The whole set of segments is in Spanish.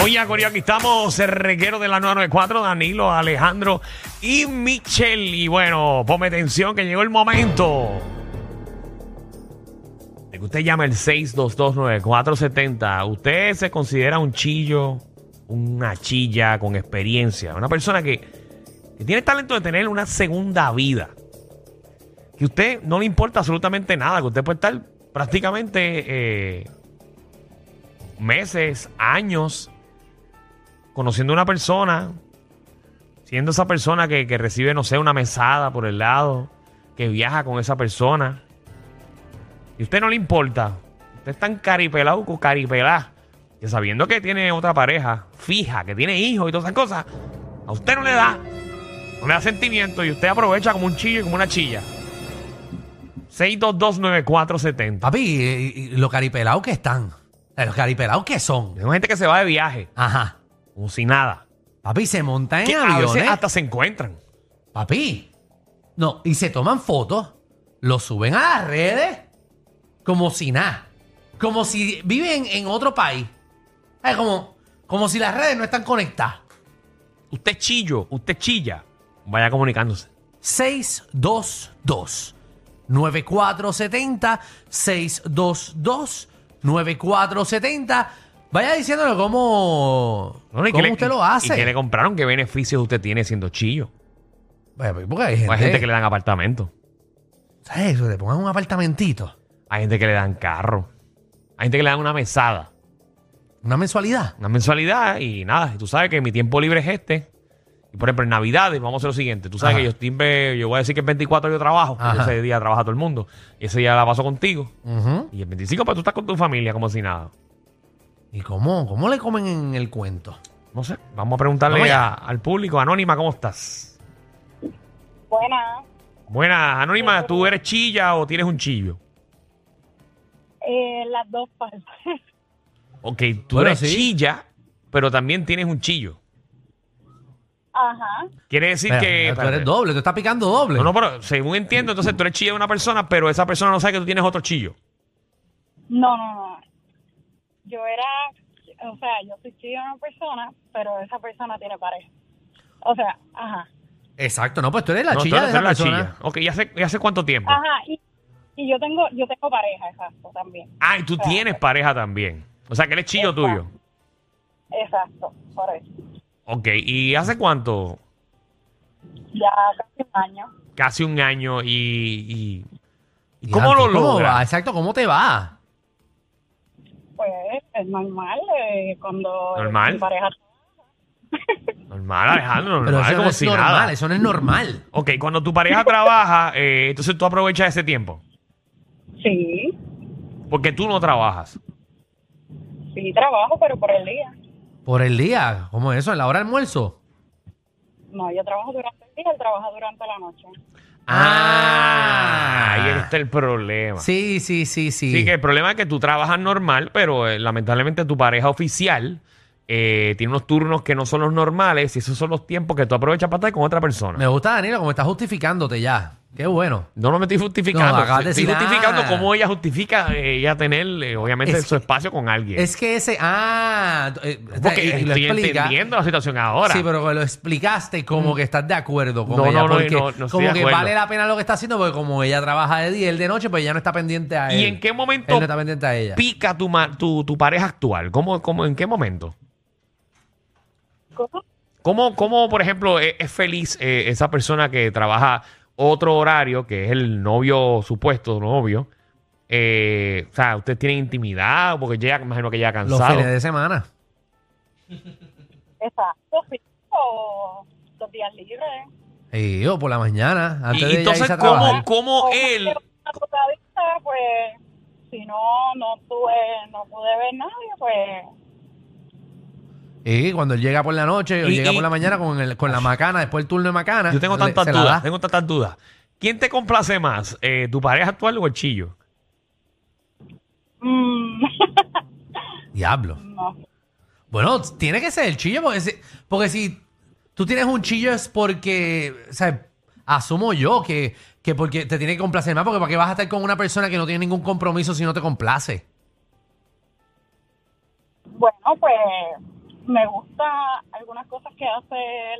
Oye, Corio, aquí estamos, el reguero de la 994, Danilo, Alejandro y Michelle. Y bueno, ponme atención que llegó el momento. De que usted llama el 6229470. Usted se considera un chillo, una chilla con experiencia, una persona que, que tiene el talento de tener una segunda vida. Que a usted no le importa absolutamente nada, que usted puede estar prácticamente... eh, meses, años, conociendo a una persona, siendo esa persona que, que recibe, no sé, una mesada por el lado, que viaja con esa persona. Y a usted no le importa. Usted es tan caripelado con caripelá, que sabiendo que tiene otra pareja fija, que tiene hijos y todas esas cosas, a usted no le da, no le da sentimiento y usted aprovecha como un chillo y como una chilla. 6229470. Papi, eh, y- y los caripelados que están. eh, Los caripelados que son. Hay gente que se va de viaje, Ajá. como si nada. Papi, se montan Que en a veces aviones. hasta se encuentran. Papi. No, y se toman fotos. Los suben a las redes. Como si nada. Como si viven en otro país. Ay, como, como si las redes no están conectadas. Usted es chillo, usted es chilla. Vaya comunicándose. 622 9470 622 9470 Vaya diciéndole cómo, Bueno, ¿y qué cómo le- usted lo ¿Y qué hace. le compraron? ¿Qué beneficios usted tiene siendo chillo? Vaya, pues, Porque hay gente, Hay gente que le dan apartamento. ¿sabes? Eso, Te pongan un apartamentito, Hay gente que le dan carro. Hay gente que le dan una mesada. una mensualidad. Una mensualidad y nada. Y tú sabes que mi tiempo libre es este. Y por ejemplo, en Navidades, vamos a hacer lo siguiente. Tú sabes Ajá. que yo, siempre- yo voy a decir que el 24 yo trabajo. porque Ajá. Ese día trabaja todo el mundo. Y ese día la paso contigo. Ujú. Y el 25, pues tú estás con tu familia como si nada. ¿Y cómo, cómo le comen en el cuento? No sé. Vamos a preguntarle Vamos allá. a- al público. Anónima, ¿cómo estás? Buenas. Buenas, Anónima, ¿tú eres chilla o tienes un chillo? Eh, las dos partes. Ok, tú Bueno, eres sí. chilla, pero también tienes un chillo. Ajá. Quiere decir Espera, que... tú eres doble, tú estás picando doble. No, no, pero según entiendo, entonces tú eres chilla de una persona, pero esa persona no sabe que tú tienes otro chillo. No, no, no. Yo era, o sea, yo soy chilla de una persona, pero esa persona tiene pareja. O sea, ajá. Exacto, no, pues tú eres la No, tú chilla eres- tú de esa eres la persona. chilla. Ok, ¿y hace, y hace cuánto tiempo? Ajá. Y, y yo tengo yo tengo pareja, exacto, también. Ah, y tú tienes pareja también. O sea, que eres chillo Exacto. tuyo. Exacto, por eso. Ok, ¿y hace cuánto? Ya casi un año. Casi un año y... y- ¿y Y ¿Cómo antes, lo va? logras? Exacto, ¿cómo te va? Pues es normal eh, cuando Normal. mi pareja... Normal, Alejandro, Pero normal, eso como no es si normal, nada. eso no es normal. Ok, cuando tu pareja trabaja, eh, entonces tú aprovechas ese tiempo. Sí, Porque tú no trabajas. sí trabajo, pero por el día. Por el día, ¿cómo es eso? ¿En la hora de almuerzo? No, yo trabajo durante el día, él trabaja durante la noche. Ah. ahí está el problema. Sí. Sí, sí, sí, sí. que el problema es que tú trabajas normal, pero eh, lamentablemente tu pareja oficial eh, tiene unos turnos que no son los normales y esos son los tiempos que tú aprovechas para estar con otra persona. Me gusta, Danilo, como estás justificándote ya. Qué bueno. No, no me estoy justificando. No, acabas de estoy decir, justificando ah. cómo ella justifica eh, ella tener, eh, obviamente, Es su que- espacio con alguien. Es que ese. Ah, eh, Porque y- y estoy entendiendo la situación ahora. Mm. Sí, pero lo explicaste como que estás de acuerdo con No, ella. no, no, porque no, no estoy como de que acuerdo. vale la pena lo que está haciendo, porque como ella trabaja de día y él de noche, pues ella no está pendiente a él. ¿Y en qué Él momento no está pendiente a ella. pica tu, ma- tu, tu pareja actual? ¿Cómo, cómo, ¿En qué momento? ¿Cómo? ¿Cómo, cómo, por ejemplo, e- es, feliz eh, esa persona que trabaja otro horario, que es el novio supuesto, novio? Eh, o sea, ustedes tienen intimidad, porque llega, me imagino que llega Los cansado. fines de semana. Exacto, sí. O dos días libres. Y yo por la mañana, antes Y de ella irse entonces, a ¿cómo, trabajar. cómo O él? hacer una tocadita, pues, si no, no tuve, no pude ver nadie, pues, Y cuando él llega por la noche o Y- llega y- por la mañana con, el- con la macana, después el turno de macana. Yo tengo le- tantas se la dudas, da. tengo tantas dudas. ¿Quién te complace más, eh, tu pareja actual o el chillo? Mm, Diablo. no. Bueno, tiene que ser el chillo, porque si, porque si tú tienes un chillo es porque, o sea, asumo yo que, que porque te tiene que complacer más, porque para qué vas a estar con una persona que no tiene ningún compromiso si no te complace. Bueno, pues me gusta algunas cosas que hace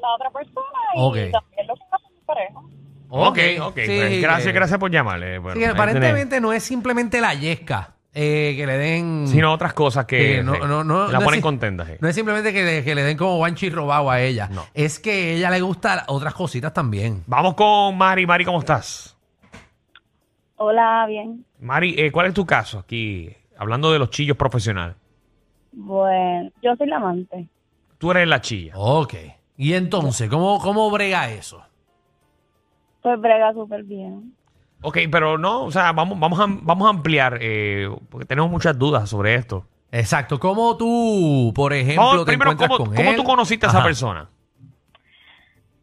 la otra persona y Ok. también lo que hace mi pareja. ok. Sí, pues, gracias, eh, gracias por llamarle. Bueno, sí, ahí aparentemente no es simplemente la yesca eh, que le den... tenés. Sino otras cosas que Eh, no, eh, no, no, la no ponen eh. es- contenta. sí. No es simplemente que le, que le den como guanchi robado a ella. No. Es que a ella le gustan otras cositas también. Vamos con Mari. Mari, ¿cómo estás? Hola, bien. Mari, eh, ¿cuál es tu caso aquí? Hablando de los chillos profesionales. Bueno, yo soy la amante. Tú eres la chilla. Ok. Y entonces, ¿cómo, cómo brega eso? Pues brega súper bien. Ok, pero no, o sea, vamos, vamos, a, vamos a ampliar, eh, porque tenemos muchas dudas sobre esto. Exacto. ¿Cómo tú, por ejemplo, Vamos, te primero, encuentras ¿cómo, con cómo él? tú conociste a Ajá. esa persona?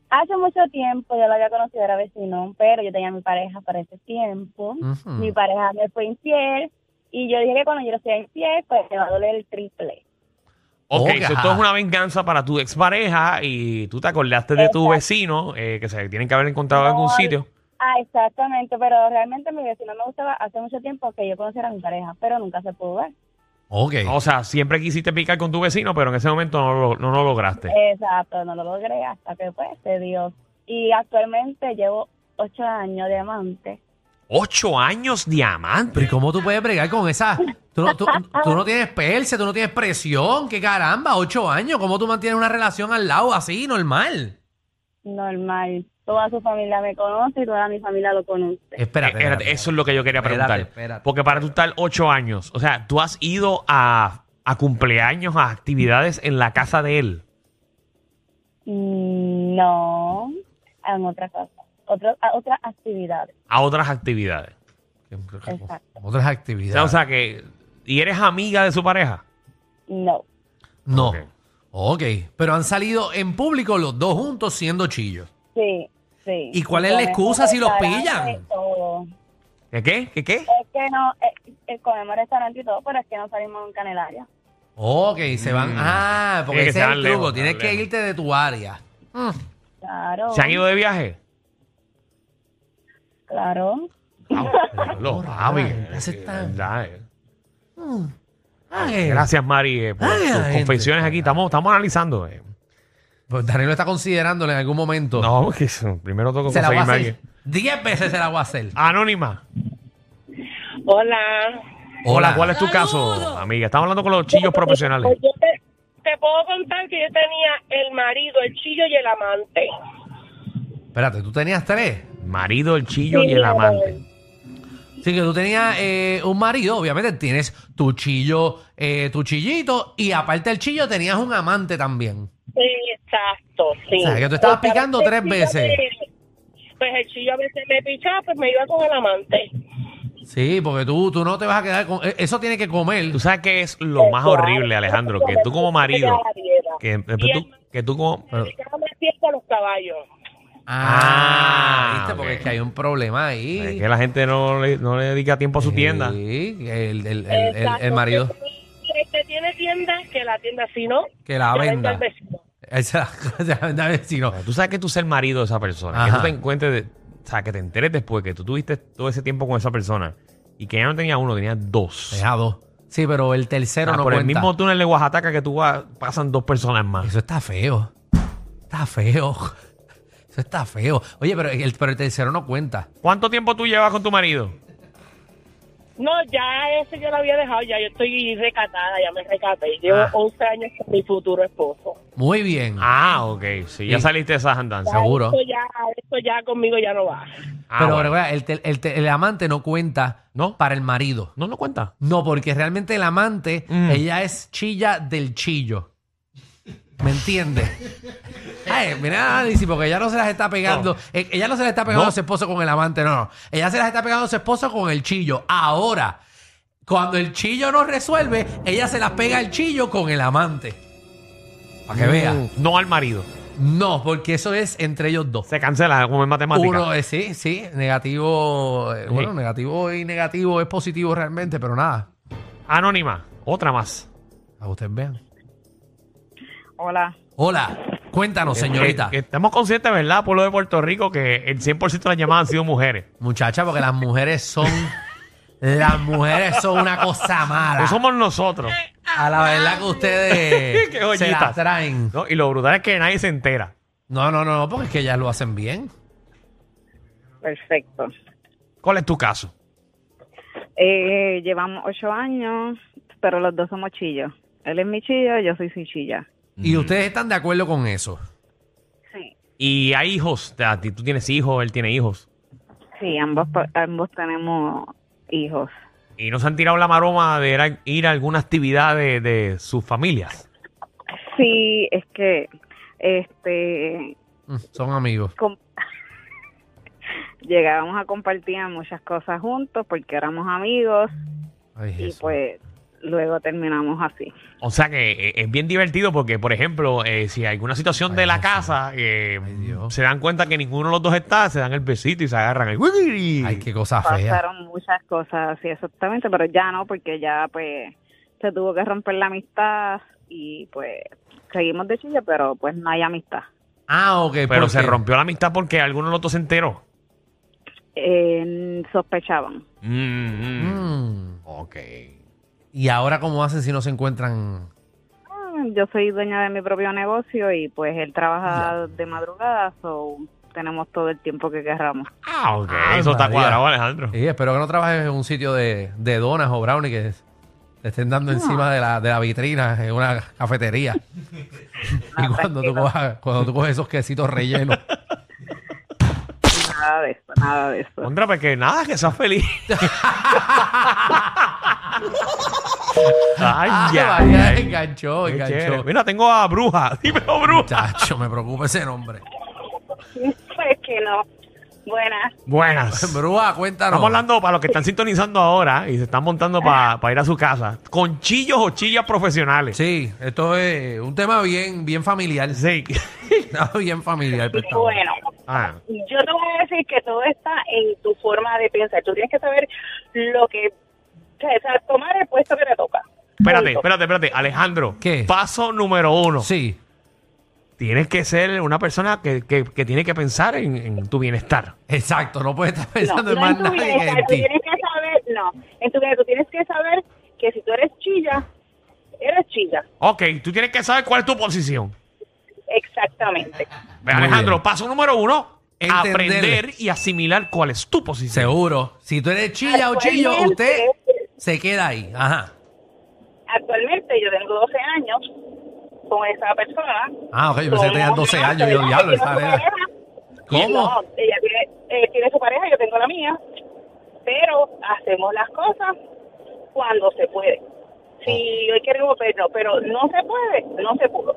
Hace mucho tiempo yo la había conocido, era vecino, pero yo tenía a mi pareja para ese tiempo. Ujú. Mi pareja me fue infiel y yo dije que cuando yo le sea infiel, pues me va a doler el triple. Ok, Ok, so ajá. esto es una venganza para tu expareja y tú te acordaste de tu Exacto. vecino, eh, que se tienen que haber encontrado en algún No, sitio. Ah, exactamente, pero realmente mi vecino me gustaba hace mucho tiempo que yo conociera a mi pareja, pero nunca se pudo ver. Ok. O sea, siempre quisiste picar con tu vecino, pero en ese momento no lo, no lo lograste. Eh. Exacto, no lo logré hasta que pues se dio. Y actualmente llevo ocho años de amante. Ocho años diamante. Pero ¿y cómo tú puedes bregar con esa? Tú no, tú- tú no tienes perse, tú no tienes presión. ¿Qué caramba? Ocho años. ¿Cómo tú mantienes una relación al lado así, normal? Normal. Toda su familia me conoce y toda mi familia lo conoce. Eh, Espérate. espérate, espérate. eso es lo que yo quería Espérate, preguntar. espérate, Porque para tú estar ocho años, o sea, tú has ido a, a cumpleaños, a actividades en la casa de él. Mm, No, en otra cosa. Otro, ah, a otras actividades. a otras actividades. Exacto. Otras O sea, actividades. o sea que. ¿Y eres amiga de su pareja? No. no. ok. Ok. Pero han salido en público los dos juntos siendo chillos. Sí, sí. ¿Y cuál es la excusa si los pillan? restaurante y todo. ¿Qué qué? ¿Qué qué? Es que no, eh, eh, comemos restaurante y todo, pero es que no salimos nunca en el área. Ok, se van. Ah, porque Tiene Mm. que ese es estar el lejos, truco. Tienes estar que lejos. irte de tu área. Mm. Claro. ¿Se han ido de viaje? Claro. Ah, Los Ay, ese Eh, está- Ay, Gracias, Mari, eh, por Ay, tus gente. confesiones aquí. Estamos, estamos analizando. eh. Pues Danilo está considerándolo en algún momento. No, que eso, primero tengo que se la voy a conseguirme a hacer. alguien. Diez veces se la voy a hacer. Ah, Anónima. Hola. Hola, ¿cuál es tu caso, amiga? Estamos hablando con los chillos profesionales. Pues yo te, te puedo contar que yo tenía el marido, el chillo y el amante. Espérate, tú tenías tres. Marido, el chillo y el amante. Sí, que tú tenías eh, un marido, obviamente tienes tu chillo, eh, tu chillito, y aparte del chillo tenías un amante también. Exacto, sí. O sea, que tú estabas Porque a picando veces tres el chillo veces. me- pues el chillo a veces me pichaba, pues me iba con el amante. Sí, porque tú, tú no te vas a quedar con... eh, Eso tiene que comer. ¿Tú sabes qué es lo más horrible, Alejandro? Que tú como marido, que, que tú, que tú como... Me dedicaba más tiempo a los caballos. Ah, ¿viste? Porque ok. Pues es que hay un problema ahí. Es que la gente no le, no le dedica tiempo a su tienda. Sí, el, el, el, el- el Exacto, marido que- que tiene tienda, que la tienda si no, que la que venda venda. al vecino. Él se la- se la venda al vecino. Tú sabes que tú ser marido de esa persona. Que Ajá. tú te encuentres, de- o sea, que te enteres después que tú tuviste todo ese tiempo con esa persona y que ya no tenía uno, tenía dos. Deja dos. Sí, pero el tercero Ah, no por el cuenta. mismo túnel de Oaxaca que tú vas, pasan dos personas más. Eso está feo. Está feo. Eso está feo. Oye, pero el, pero el tercero no cuenta. ¿Cuánto tiempo tú llevas con tu marido? No, ya ese yo lo había dejado, ya yo estoy recatada, ya me recaté. Llevo Ah. 11 años con mi futuro esposo. Muy bien. Ah, ok. Sí, ya Sí. saliste de esas andanzas. Seguro. Esto ya, esto ya conmigo ya no va. Ah, pero bueno. recuerda, el, tel- el tel- el amante no cuenta ¿No? para el marido. No, no cuenta. No, porque realmente el amante, Mm. ella es chilla del chillo. ¿Me entiendes? Ay, mira, Alice, porque ella no se las está pegando. eh, Ella no se las está pegando No. a su esposo con el amante, no, no. Ella se las está pegando a su esposo con el chillo. Ahora, cuando el chillo no resuelve, ella se las pega al chillo con el amante. Para Mm. que vea. No al marido. No, porque eso es entre ellos dos. Se cancela como en matemática. Uno es sí, sí, negativo. eh, Sí. Bueno, negativo y negativo es positivo realmente, pero nada. Anónima. Otra más. A ustedes vean. Hola. Hola, cuéntanos, Eh, señorita. que estamos conscientes, ¿verdad, pueblo de Puerto Rico, que el 100% de las llamadas han sido mujeres. Muchacha, porque las mujeres son. las mujeres son una cosa mala. No somos nosotros. A la verdad que ustedes Qué se joyitas. las traen. ¿no? Y lo brutal es que nadie se entera. No, no, no, no, porque es que ellas lo hacen bien. Perfecto. ¿Cuál es tu caso? Eh, llevamos ocho años, pero los dos somos chillos. Él es mi chillo, yo soy su chilla. Mm. Y ustedes están de acuerdo con eso. Sí. Y hay hijos. O sea, ti- Tú tienes hijos, él tiene hijos. Sí, ambos, ambos tenemos hijos. Y no se han tirado la maroma de ir a, ir a alguna actividad de, de sus familias. Sí, es que este Mm, Son amigos. com- llegábamos a compartir muchas cosas juntos porque éramos amigos Ay, y Jesús. pues luego terminamos así. O sea que eh, es bien divertido porque, por ejemplo, eh, si hay alguna situación Ay, de la Dios casa, eh, Ay, Dios. se dan cuenta que ninguno de los dos está, se dan el besito y se agarran. El... Ay, qué cosa fea. Pasaron muchas cosas así exactamente, pero ya no porque ya pues se tuvo que romper la amistad y pues seguimos de chilla, pero pues no hay amistad. Ah, ok. Pero ¿por se qué? rompió la amistad porque alguno de los dos se enteró. Eh, sospechaban. Mm, mm. Mm. Ok. ¿Y ahora cómo hacen si no se encuentran? Mm, Yo soy dueña de mi propio negocio y pues él trabaja de madrugada, so tenemos todo el tiempo que querramos. Ah, ok. Ay, Eso está María. cuadrado, Alejandro. Sí, espero que no trabajes en un sitio de, de donas o brownie que te estén dando encima de la, de la vitrina en una cafetería. y cuando tú, tranquilo. cojas, cuando tú coges esos quesitos rellenos. Nada de eso, nada de eso. Contra, porque nada, que seas feliz. Ah, ay, ya. María, ay. enganchó, Ah, Qué enganchó. chévere. Mira, tengo a Bruja. Dímelo, Bruja. Chacho, me preocupa ese nombre. Pues que no. Buenas. Buenas. Bruja, cuéntanos. Estamos hablando para los que están sintonizando ahora y se están montando para ir a su casa. Con chillos o chillas profesionales. Sí, esto es un tema bien, bien familiar. Sí. bien familiar. por favor. Bueno, Ah, yo te voy a decir que todo está en tu forma de pensar. Tú tienes que saber lo que... O sea, tomar el puesto que te toca. espérate, Punto. espérate, espérate. Alejandro. ¿Qué? Paso número uno. Sí. Tienes que ser una persona que, que- que tiene que pensar en, en tu bienestar. Exacto, no puedes estar pensando no, en no más en tu nadie que en bienestar, tú ti. tienes que saber, no, en tu vida tú tienes que saber que si tú eres chilla, eres chilla, Ok, tú tienes que saber cuál es tu posición. exactamente. Ve, Muy Alejandro, bien. paso número uno, Entenderle. aprender y asimilar cuál es tu posición. Seguro. Si tú eres chilla o chillo, usted se queda ahí. Ajá. Actualmente yo tengo 12 años con esa persona. Ah, ok, yo pensé que tenías 12 años. Yo, diablo, esta nena. No, ¿Cómo? ella tiene, eh, tiene su pareja, yo tengo la mía, pero hacemos las cosas cuando se puede. Si Oh. hoy queremos vernos, pero no se puede, no se pudo.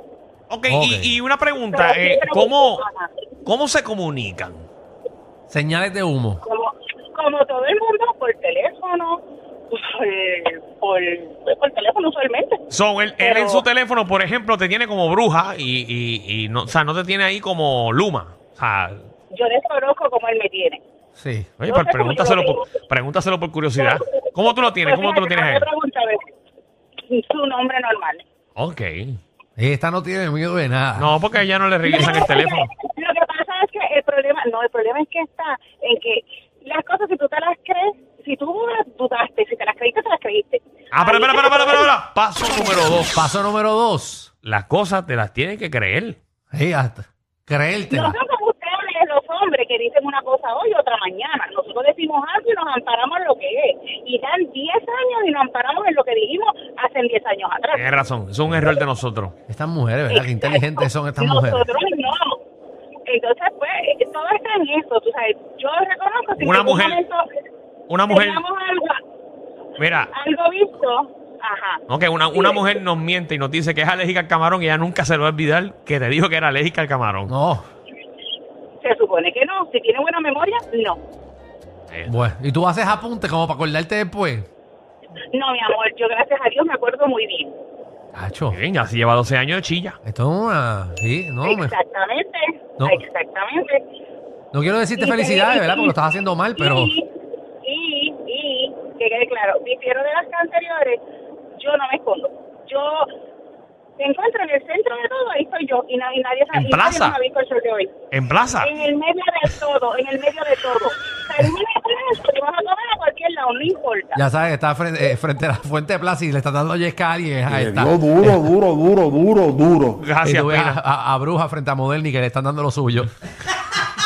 Ok, Ok. Y, y una pregunta, Pero eh, siempre ¿cómo, buscamos. ¿cómo se comunican? Señales de humo. Como, como todo el mundo, por teléfono, por, por, pues, por teléfono usualmente. Son él, él Pero- en su teléfono, por ejemplo, te tiene como bruja y, y- y no, o sea, no te tiene ahí como luma. O sea, Yo desconozco cómo él me tiene. Sí. oye, pero No sé cómo yo pregúntaselo lo por, pregúntaselo por curiosidad. ¿Cómo tú lo tienes? Pues ¿Cómo tú lo fíjate, tienes a no él? te pregunto, a ver, Su nombre normal. Ok. Esta no tiene miedo de nada. No, porque ella no le revisan el teléfono. Lo que pasa es que el problema, no, el problema es que está en que las cosas, si tú te las crees, si tú las dudaste, si te las creíste, te las creíste. Ah, pero, pero, Ahí es pero, que pero, todo- pero, pero. Paso número dos. Paso número dos. Las cosas te las tienes que creer. Sí, hasta creértela. No son como ustedes, los hombres, que dicen una cosa hoy y otra mañana. Nosotros decimos algo y nos amparamos en lo que es. Y dan 10 años y nos amparamos en lo que dijimos hace 10 años atrás. Tienes razón, eso es un error de nosotros. Estas mujeres, ¿verdad? Qué inteligentes son estas mujeres. Nosotros no. Entonces, pues, eh, todo está en eso. Tú sabes, yo reconozco si en Una algún mujer- momento Una mujer, teníamos algo, mira, algo visto, ajá. ok, una, una mujer nos miente y nos dice que es alérgica al camarón y ella nunca se lo va a olvidar que te dijo que era alérgica al camarón. No. Se supone que no. Si tiene buena memoria, no. Eh, Bueno, y tú haces apuntes como para acordarte después. No, mi amor, yo gracias a Dios me acuerdo muy bien. Cacho. Bien, ya se lleva 12 años de chilla. Esto es una. Sí, no, me- exactamente, No. exactamente. no quiero decirte Y te- felicidades, ¿verdad? y- Porque lo estás haciendo mal, pero. Y, y, y, que quede claro, difiero de las anteriores, yo no me escondo. Yo me encuentro en el centro de todo, ahí estoy yo, y nadie, nadie ¿En sabe. plaza? Nadie me ha visto el show de hoy. En Ah. plaza. En el medio de todo, en el medio de todo. Termina eso, te vas a comer a cualquier lado, no importa. Ya sabes que está frente, eh, frente a la fuente de plaza y le están dando yesca a alguien. Ahí Le está. dio duro, duro, duro, duro, duro. Y Gracias, tú ves a, Pina. a- a Bruja frente a Moderni que le están dando lo suyo.